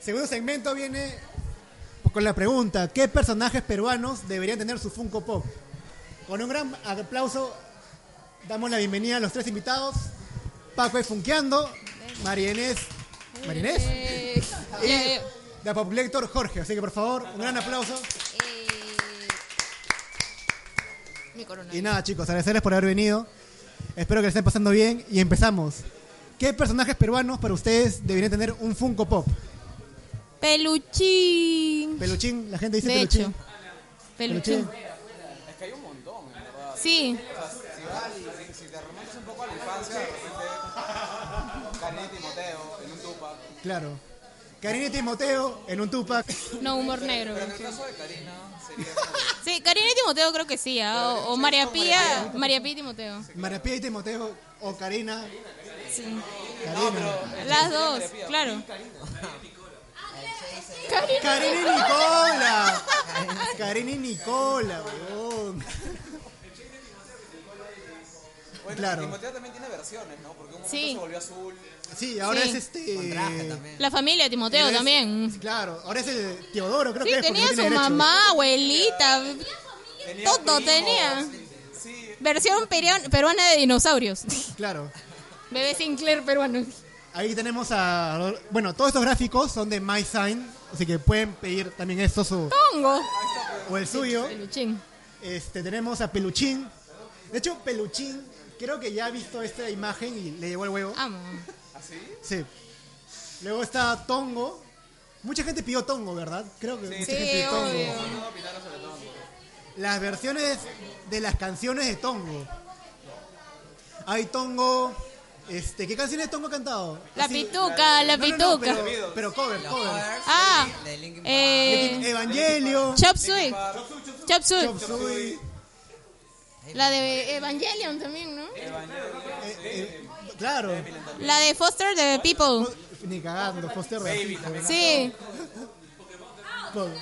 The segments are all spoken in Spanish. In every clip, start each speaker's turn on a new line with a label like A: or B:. A: Segundo segmento viene con la pregunta, ¿qué personajes peruanos deberían tener su Funko Pop? Con un gran aplauso damos la bienvenida a los tres invitados, Paco es Funkeando, María Inés, María Inés
B: Eh,
A: y la Pop Lector Jorge. Así que por favor, un gran aplauso.
B: eh, mi corona.
A: Y nada chicos, agradecerles por haber venido. Espero que les estén pasando bien y empezamos. ¿Qué personajes peruanos para ustedes deberían tener un Funko Pop?
B: Peluchín.
A: Peluchín, la gente dice
B: De
A: peluchín.
B: hecho. Peluchín.
C: Es que hay un montón, en verdad.
B: Sí.
C: Si, vas al- si- si te remontas un poco a la infancia, de repente, Karina y Timoteo en un tupa.
A: Claro. Karina y Timoteo en un Tupac.
B: No, humor negro.
C: Pero en el caso de Karina, sería como
B: Sí, Karina y Timoteo creo que sí. ah, O, o María Pía. María Pía y Timoteo.
A: María Pía y Timoteo o Karina.
B: Sí.
A: Karina.
B: Las dos, claro. Karina.
A: Karina y Nicola. Karina y Nicola, weón.
C: Bueno,
A: Claro.
C: Timoteo también tiene versiones, ¿no? Porque un momento
B: Sí.
C: se volvió azul.
A: Sí, ahora
B: Sí.
A: es este.
C: Con traje también.
B: La familia de Timoteo
A: ahora es-
B: también.
A: sí, Claro, ahora es el Teodoro, creo
B: Sí,
A: que es. porque
B: tenía
A: no
B: su
A: tiene derechos.
B: mamá, abuelita.
C: Tenía
B: Todo
C: primos.
B: tenía.
C: Sí,
B: Versión peruan- peruana de dinosaurios.
A: Claro.
B: Bebé Sinclair peruano.
A: Ahí tenemos a. Bueno, todos estos gráficos son de MySign, así que pueden pedir también esto su,
B: Pongo.
A: o el suyo.
B: Peluchín.
A: Este, tenemos a Peluchín. De hecho, Peluchín creo que ya ha visto esta imagen y le llegó el huevo.
B: Amo.
C: así.
A: Sí. Luego está Tongo. Mucha gente pidió Tongo, ¿verdad? Creo que mucha
B: Sí,
A: gente pidió Tongo.
B: obvio.
C: No opinaron sobre todo.
A: Las versiones de las canciones de Tongo. Hay Tongo. Este, ¿qué canciones de Tongo ha cantado?
B: La
A: Así-
B: pituca, la
A: No, no, no,
B: pituca.
A: pero, pero cover, cover.
B: Ah, eh,
A: Evangelio.
B: Chop Suey. Chop Suey.
A: Chop Suey. eh,
B: La de Evangelion también, ¿no?
A: eh, eh, claro.
B: La de Foster the People.
A: Ni cagando, Foster Racista.
B: Sí.
A: Cover.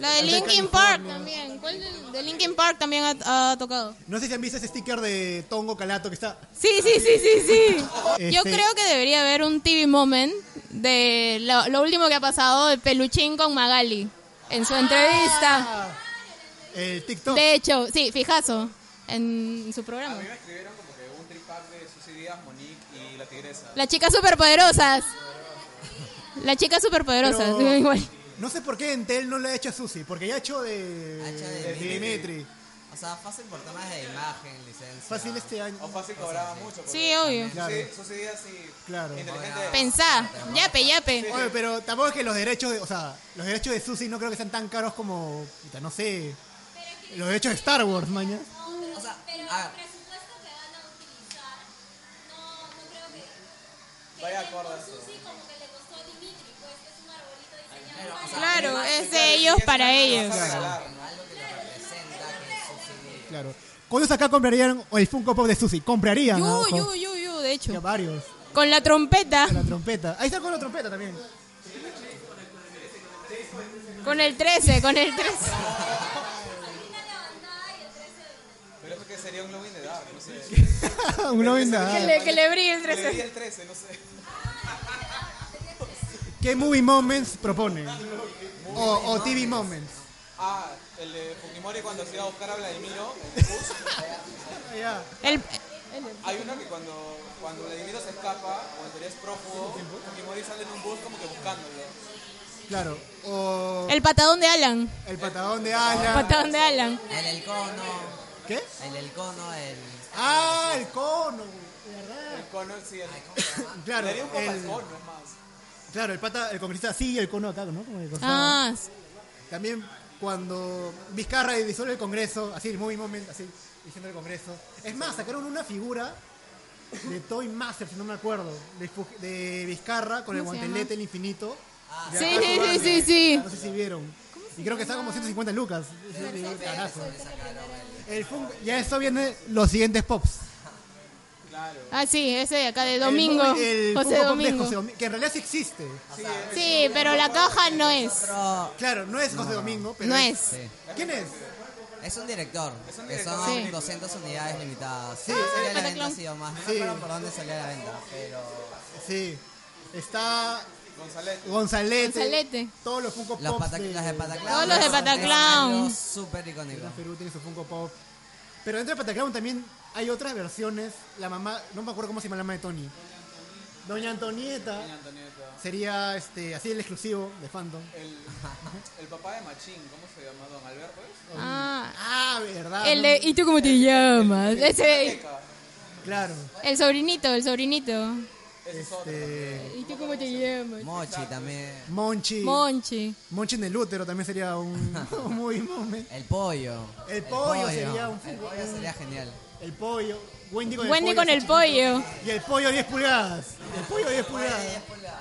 B: La de Linkin Park también. ¿Cuál de, de Linkin Park también ha, ha tocado?
A: No sé si han visto ese sticker de Tongo Calato que está.
B: Sí, sí, sí, sí, sí. Yo
A: Este-
B: creo que debería haber un TV moment de lo, lo último que ha pasado de Peluchín con Magali en su entrevista.
A: Ah, El TikTok.
B: De hecho, sí, fijazo en su programa.
C: A mí me escribieron como que un tripack de Susy Díaz, Monique y la tigresa.
B: Las chicas superpoderosas. Las chicas superpoderosas,
A: Pero-
B: igual.
A: No sé por qué Entel no le ha hecho a Susi, porque ya ha hecho de,
D: Ha hecho
A: de
D: de
A: Dimitri.
D: O sea, fácil por temas de imagen, licencia.
A: Fácil este año.
C: O fácil cobraba mucho. porque
B: Sí, obvio.
A: Claro.
C: Susy- Susy Díaz sí.
A: Claro.
C: Inteligente.
B: Pensá, yape, yape.
A: Oye, pero tampoco es que los derechos de, o sea, los derechos de Susi no creo que sean tan caros como, puta, no sé, los derechos de Star Wars, maña.
D: O sea,
E: Pero
D: a
E: el
D: ver,
E: presupuesto que van a utilizar, no, no creo que. que
C: Vaya
E: sea
C: acorde a
E: como
C: eso.
E: Susi, como que le costó a Dimitri, pues que es un arbolito diseñado
D: pero, o
E: para-
D: sea,
B: Claro,
D: algo-
B: es de ellos para ellos.
C: Vas a regalar, ¿no?
D: Algo que lo representa, que es
A: Claro. ¿Cuántos acá comprarían el Funko Pop de Susi? Comprarían. ¿no?
B: Yu,
A: Con-
B: yu, yu, yu, de
A: Ya
B: hecho.
A: varios.
B: Con la trompeta,
A: Con la trompeta. Ahí está con la trompeta también.
B: con el 13, con el 13.
C: Pero es que sería un Glowing de Dark, no sé.
A: Una venda.
B: Que le, que le brille el
C: Le di
B: 13.
C: el 13, no sé.
A: ¿Qué movie moments proponen? O, o TV moments.
C: Ah, el de Fujimori cuando se iba a buscar a Vladimiro en el bus.
A: Ah, ya.
B: El-
C: Hay uno que cuando, cuando Vladimiro se escapa, o en teoría es prófugo, Fujimori sale en un bus como que buscándolo.
A: Claro. O
B: el patadón de Alan.
A: el patadón de Alan.
B: Patadón de Alan.
D: El elcono,
A: ¿Qué?
D: el elcono, el...
A: Ah, el cono. de verdad.
C: El cono, sí, el,
A: Claro,
C: le di un poco al
A: el,
C: cono, es más.
A: claro, el pata, el congresista sí y el cono acá, ¿no? Como que costado.
B: Ah,
A: También cuando Vizcarra disuelve el Congreso, así el movie moment, así diciendo el Congreso. Es más, sacaron una figura de Toy Master, si no me acuerdo, de, Fu- de Vizcarra con el
B: ¿Cómo se
A: guantelete el infinito. De
B: sí,
A: acá
B: sí,
A: su
B: sí,
A: base.
B: sí.
A: No sé si vieron. Y creo que está como 150 lucas. Ese es el carajo. El fun- ya esto viene los siguientes pops.
B: Ah, sí, ese de acá de
A: El
B: Domingo.
A: movie- El, Funko
B: José
A: Pop de
B: Domingo.
A: José Domingo, que en realidad sí existe.
B: Sí, pero la caja no es.
D: Pero
A: Claro, no es José Domingo, pero
B: No es.
A: ¿Quién es?
D: es un director, que son
B: Sí.
D: 200 unidades limitadas. Sí,
A: Ah,
D: salió a la
B: Pataclón.
D: venta, sí o más. No
A: Sí.
D: recuerdo por dónde salió a la venta, pero...
A: Sí. Está
C: González.
A: Gonzalete,
B: Gonzalete.
A: todos los Funko
D: Los
A: Pops
D: pata-
A: de-
D: los de Pataclown.
B: Todos los de
D: son-
B: Pataclown.
D: son algo Súper icónico.
A: Gran Perú tiene su Funko Pop. Pero dentro de Pataclown también hay otras versiones. La mamá, no me acuerdo cómo se llama la mamá de Tony. Doña Antonieta. Sería este, así el exclusivo de Phantom.
C: El, el papá de Machín, ¿cómo se llama? Don Alberto, ¿es?
B: Ah,
A: Ah, verdad.
B: el
A: no?
B: de, ¿y tú cómo te llamas? Ese,
C: Azteca.
A: Claro.
B: el sobrinito, el sobrinito.
C: Ese es otro.
A: Este,
B: ¿Y tú cómo te llamas?
D: Mochi también.
A: Monchi.
B: Monchi.
A: Monchi en el útero también sería un, un muy moment.
D: El pollo.
A: El pollo sería un
D: El
A: fútbol.
D: pollo sería genial.
A: El pollo. Wendy con
B: Wendy
A: el pollo.
B: con el
A: chiquito.
B: pollo.
A: Y el pollo 10 pulgadas. El pollo 10 pulgadas.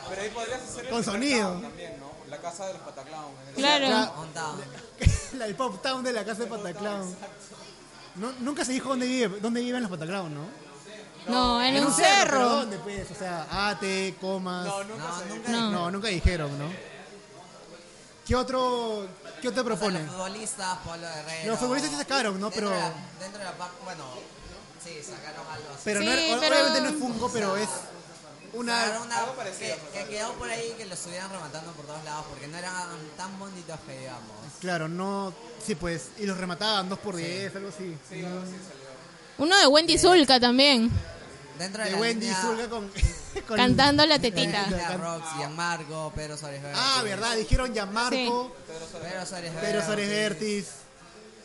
C: Pero ahí podrías hacer el
A: Con
C: primer
A: sonido.
C: clown También, ¿no? La casa de los pataclowns. en el-
B: Claro.
D: On down.
A: La del Pop Town de la casa de Pataclown. No- nunca se dijo dónde, vive, dónde viven los Pataclown, ¿no?
B: No, en
A: pero
B: un cerro.
A: ¿Dónde pues? O sea, Ate, Comas.
C: No, nunca
D: No,
C: se
D: nunca.
A: No, nunca dijeron, ¿no? ¿Qué otro, qué otro
D: O sea,
A: proponen?
D: Los futbolistas, Pablo Herrero.
A: Los futbolistas sí sacaron, ¿no?
D: Dentro
A: Pero-
D: de la- dentro de la parte, bueno, sí, sacaron algo así.
A: Pero, no
B: Sí,
A: era-
B: pero-
A: obviamente no es Funko, pero es
D: Sacaron
A: una...
D: una
C: Algo parecido,
D: que,
C: pues,
D: que quedó por ahí que lo estuvieran rematando por todos lados porque no eran tan bonitos que digamos.
A: Claro, no... Sí, pues, y los remataban 2 por 10 algo así.
B: Uno de Wendy Zulka también.
D: Dentro de,
A: De
D: la
A: Wendy
D: línea,
A: Zulga con... con-
B: Cantando la tetita.
D: Línea Rox, Gianmarco, Pedro Suárez Vértiz.
A: Ah, verdad, dijeron Gianmarco,
D: Pedro Suárez Vértiz.
A: Pedro Suárez Vertis,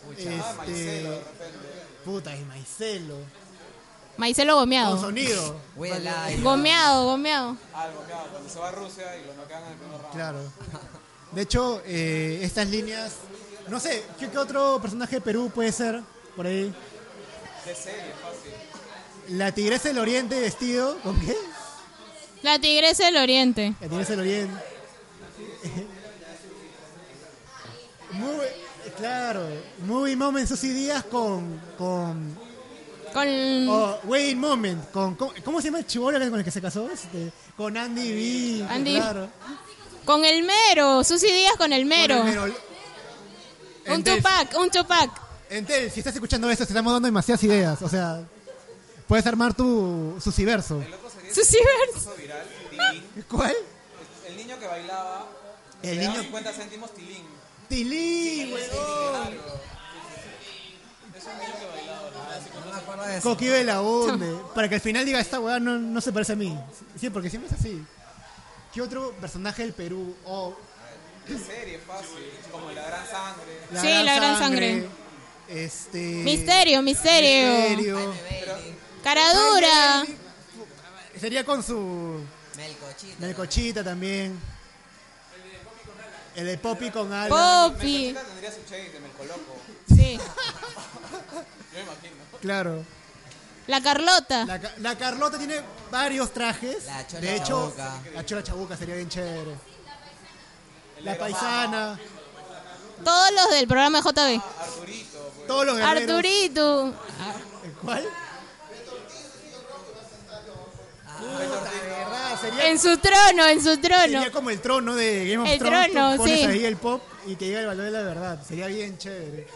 C: Ah, Maicelo, de
A: este...
C: repente.
A: Puta, y Maicelo.
B: Maicelo
A: Con
B: gomeado.
A: sonido.
D: Will Alive.
B: Gomeado, gomeado.
C: Algo, claro. Cuando se va a Rusia y lo noquean en el primer round.
A: Claro. De hecho, eh, estas líneas. No sé, ¿qué, qué otro personaje de Perú puede ser? Por ahí.
C: De serie, fácil.
A: La tigresa del oriente vestido. ¿Con qué?
B: La tigresa del oriente.
A: La tigresa del oriente. Muy. Claro. Movie Moment Susy Díaz con. con
B: Con...
A: oh, Wayne Moment. Con, con- ¿Cómo se llama el chivolo con el que se casó? Este, con Andy B.
B: Andy.
A: Claro.
B: Con el mero, Susy Díaz con
A: Con
B: el
A: el
B: mero.
A: Mero.
B: Un
A: Entonces-
B: Tupac, un Tupac.
A: Entel, si estás escuchando esto, te estamos dando demasiadas ideas. O sea, puedes armar tu suciverso.
C: El otro sería el
B: Susy Vers-
C: caso viral, Tilín.
A: ¿Cuál?
C: El niño que bailaba.
A: El
C: le daban
A: niño
C: 50 céntimos Tilín.
A: Tilí, huevón.
C: Es un niño que bailaba. ¿no? Así como-
D: No me acuerdo de eso.
A: Coqui Belaunde. Para que al final diga, esta weá no, no se parece a mí. Sí, porque siempre es así. ¿Qué otro personaje del Perú? Oh,
C: De serie, fácil. Como la gran sangre.
B: Sí, la gran
A: Este.
B: Misterio, misterio.
A: Misterio.
B: Caradura.
A: Sería con su.
D: Melcochita.
A: Melcochita también. El de Poppy con Alan.
B: Poppy.
C: Melcochita tendría su chase de Melcoloco.
B: Sí.
C: Yo me imagino.
A: Claro.
B: La Carlota.
A: La, Ca- la Carlota tiene varios trajes.
D: La Chola
A: de hecho,
D: Chabuca.
A: la Chola Chabuca sería bien chévere. La paisana,
B: Todos los del programa de JB.
C: Arturito, pues.
A: todos los guerreros.
B: Arturito.
A: ¿Cuál?
D: Ah,
A: Puta, de verdad, sería,
B: En su trono, en su trono.
A: sería como el trono de Game of
B: El
A: Thrones. Tú
B: trono,
A: pones
B: sí.
A: ahí el pop y que diga el valor de la verdad. Sería bien chévere.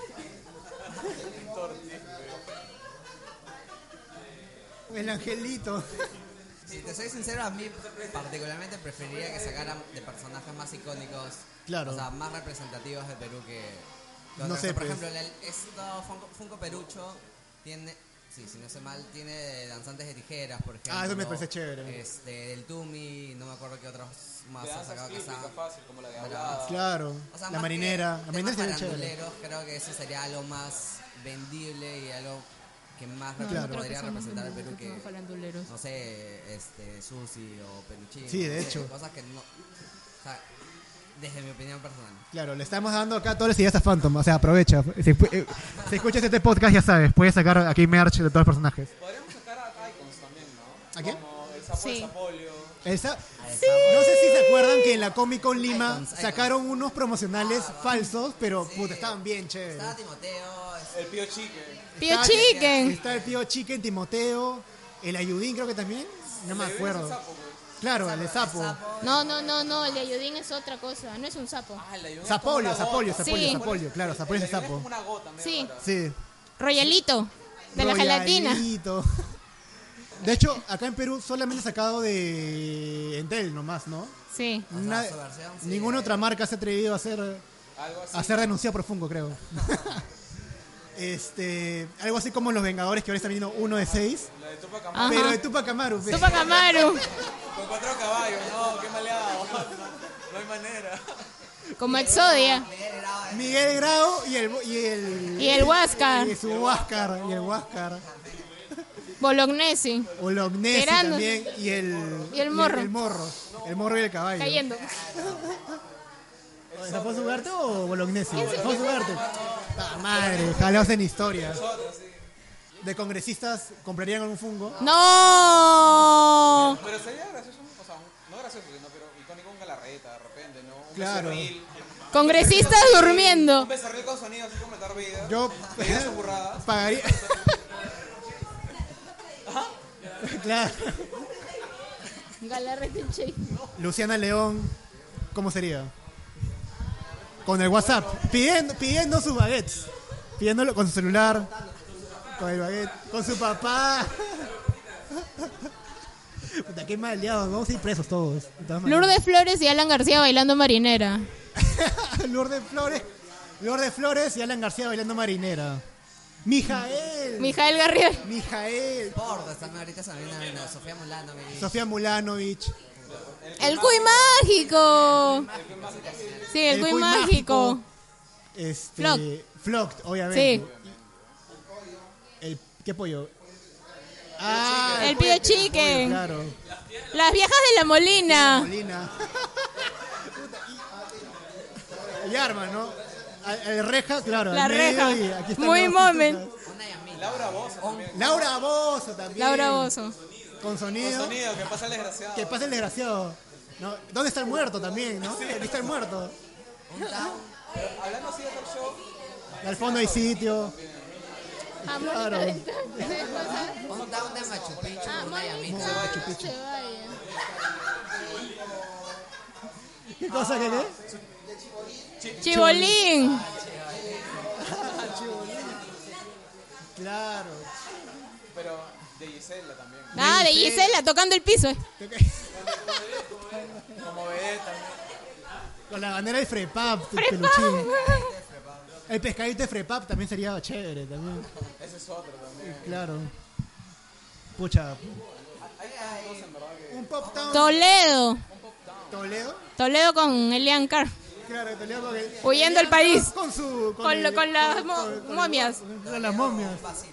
A: El angelito.
D: Si te soy sincero, a mí particularmente preferiría que sacaran de personajes más icónicos,
A: Claro.
D: o sea, más representativos de Perú que... que
A: No
D: otras.
A: sé,
D: Por
A: pues.
D: ejemplo, el, esto Funko, Funko Perucho tiene, sí, si no sé mal, tiene danzantes de tijeras, por ejemplo.
A: Ah, eso me parece chévere.
D: Este, el Tumi, no me acuerdo qué otros más
C: Le
D: ha
C: dan
D: sacado que
C: esas típicas
D: están-
C: fácil, como la de hablada.
A: Claro.
D: o sea,
A: la
D: más
A: marinera.
D: que
A: La marinera sería
D: temas
A: chévere.
D: faranduleros, Creo que eso sería algo más vendible y algo que más
B: No,
A: Claro.
B: no creo que
D: podría
B: son más
D: representar al
B: famosos
D: Perú
B: que son
D: que
B: faranduleros.
D: no sé, este, sushi o peluchín.
A: Sí, de
D: no sé,
A: hecho.
D: Cosas que no. O sea, desde mi opinión personal.
A: Claro, le estamos dando acá todas las ideas a Phantom. O sea, aprovecha. Si, escu- eh, si escuchas este podcast, ya sabes, puedes sacar aquí merch de todos los personajes.
C: Podríamos sacar a Icons también, ¿no?
A: ¿A quién?
C: Como el sapo
B: Sí.
C: de Sapolio.
A: Esa-
D: Sí.
A: No sé si se acuerdan que en la Comic Con Lima
D: Icons, icons.
A: sacaron unos promocionales falsos, pero puta, estaban bien chéveres.
D: Estaba Timoteo, es-
C: El pío chique.
B: Pio
A: Está-
B: Chicken.
A: Está el tío Chicken, Timoteo, el Ayudín creo que también. No me
C: Le ves un
A: acuerdo.
C: sapo, pues.
A: Claro, el de sapo.
D: Sapo,
B: No, no, no, no. El de Ayudín es otra cosa. No es un sapo.
C: Ah, el ayudón es como
A: Zapolio,
C: una
A: Zapolio,
C: gota.
A: Zapolio,
B: Sí.
A: Zapolio, claro, Zapolio es
C: El
A: el
C: ayudón es
A: sapo.
C: como una gota, medio
B: Sí.
C: rara.
A: Sí.
B: Royalito. De la gelatina.
A: Royalito. De hecho, acá en Perú solamente sacado de Entel nomás, ¿no?
B: Sí.
D: sea,
A: Na-
D: su versión, sí,
A: ninguna
D: eh.
A: otra marca se ha atrevido a hacer
C: Algo así.
A: a ser denunciado por Funko, creo. este, algo así como los Vengadores que ahora están viendo uno de seis,
C: La de Tupac Amaru.
B: Ajá.
A: pero de Tupac Amaru. pues. pe.
B: Tupac Amaru.
C: Con cuatro caballos, no, qué maleado. No hay manera.
B: Como Exodia.
D: Miguel Grau, eh,
A: Miguel Grau y el y el
B: Y el Huáscar.
A: y su Huáscar y el Huáscar.
B: Bolognesi.
A: Olognesi
B: Gerardo.
A: también y el
B: Y el morro.
A: y el morro, El morro y el caballo.
B: Cayendo.
A: ¿Esa fue Ugarte o Bolognesi? ¿Fue Ugarte? Ah, madre, jalados en historia. ¿De congresistas comprarían algún fungo?
B: No.
C: Pero sería gracioso, o sea, no gracioso, sino pero icónico un galarreta de repente, ¿no? Un
A: Claro.
C: becerril.
B: Congresistas durmiendo.
C: Un becerril con sonido, así como meter vida.
A: Yo
C: Esas burradas.
A: pagaría. ¿Ah? claro.
B: Galarrete en Che.
A: Luciana León, ¿cómo sería? Con el WhatsApp, pidiendo, pidiendo sus baguettes, pidiéndolo con su celular, con el baguette, con su papá. Puta, qué maleados, vamos a ir presos todos. de todas maneras.
B: Lourdes Flores y Alan García bailando marinera.
A: Lourdes Flores, Lourdes Flores y Alan García bailando marinera. Mijael,
B: Mijael Garrido.
A: Mijael,
D: Porta, está- ahorita se me viene una- Sofía Mulano, mi-
A: Sofía Mulanovich,
B: El cuy mágico. Sí, el, cuy, mágico.
A: Este,
B: Flock.
A: Flocked, obviamente.
B: Sí.
A: El, ¿Qué pollo? Ah,
B: El pío chique.
A: claro.
B: Las viejas de la Molina.
A: Molina. y arma, ¿no? Al- El reja, claro. al
B: La
A: medio
B: reja.
A: y aquí están
B: Muy
A: las
B: moment.
A: pitucas.
D: Una Yamil.
A: Laura Bozo también.
B: Laura Bozo.
A: Con sonido.
C: Sonido, que pasa el desgraciado.
A: Que pasa el desgraciado. ¿no? ¿Dónde está el muerto también, no? Aquí está el muerto.
C: Hablando así de talk show,
A: Y al fondo hay sitio.
B: Ah,
A: Claro.
D: Un down de Machu Picchu,
B: Ah,
D: una Yamil.
A: ¿Qué cosa que qué?
B: Chibolín.
A: Claro.
C: pero de Gisela también.
B: Ah, de Gisela tocando el piso. eh.
C: Como vedette también.
A: Con la bandera de Frepap, tu peluchín. El pescadito de Frepap también sería chévere también.
C: Ese es otro también.
A: Claro. Pucha.
C: Hay esas dos en verdad que.
A: Un pop town
B: Toledo.
A: Toledo.
B: Toledo con Elian Carr.
A: Claro, Toledo con el-
B: Huyendo al país.
A: Con su
B: Con
A: el-
B: lo- con las mo-
A: el-
B: momias.
A: Con las momias.
C: Hablando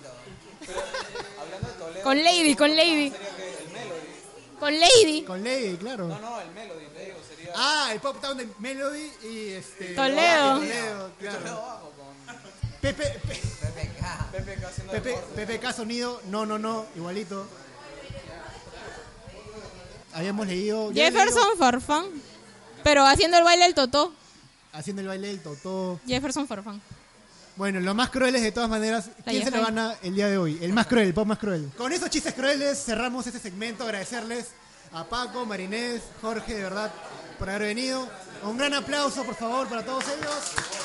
C: de Toledo,
B: Con Lady, con Lady.
C: sería que el Melody.
B: Con Lady.
A: Con Lady, claro.
C: No, no, el Melody, te digo, sería.
A: Ah, el pop town de Melody y este
B: Toledo.
A: Toledo, claro.
C: Abajo con
A: Pepe Pe-
D: Pepe K.
C: Pepe acá haciendo
A: Pepe,
C: deporte.
A: Pepe K sonido, no, no, no, igualito. Habíamos leído. yo había leído
B: Jefferson Farfán. Pero haciendo el baile del Totó.
A: Haciendo el baile del Totó.
B: Jefferson Farfán.
A: Bueno, lo más cruel es de todas maneras. ¿Quién se
B: Yefai.
A: lo gana el día de hoy? El más cruel, el pop más cruel. Con esos chistes crueles cerramos este segmento. Agradecerles a Paco, Marinés, Jorge, de verdad, por haber venido. Un gran aplauso, por favor, para todos ellos.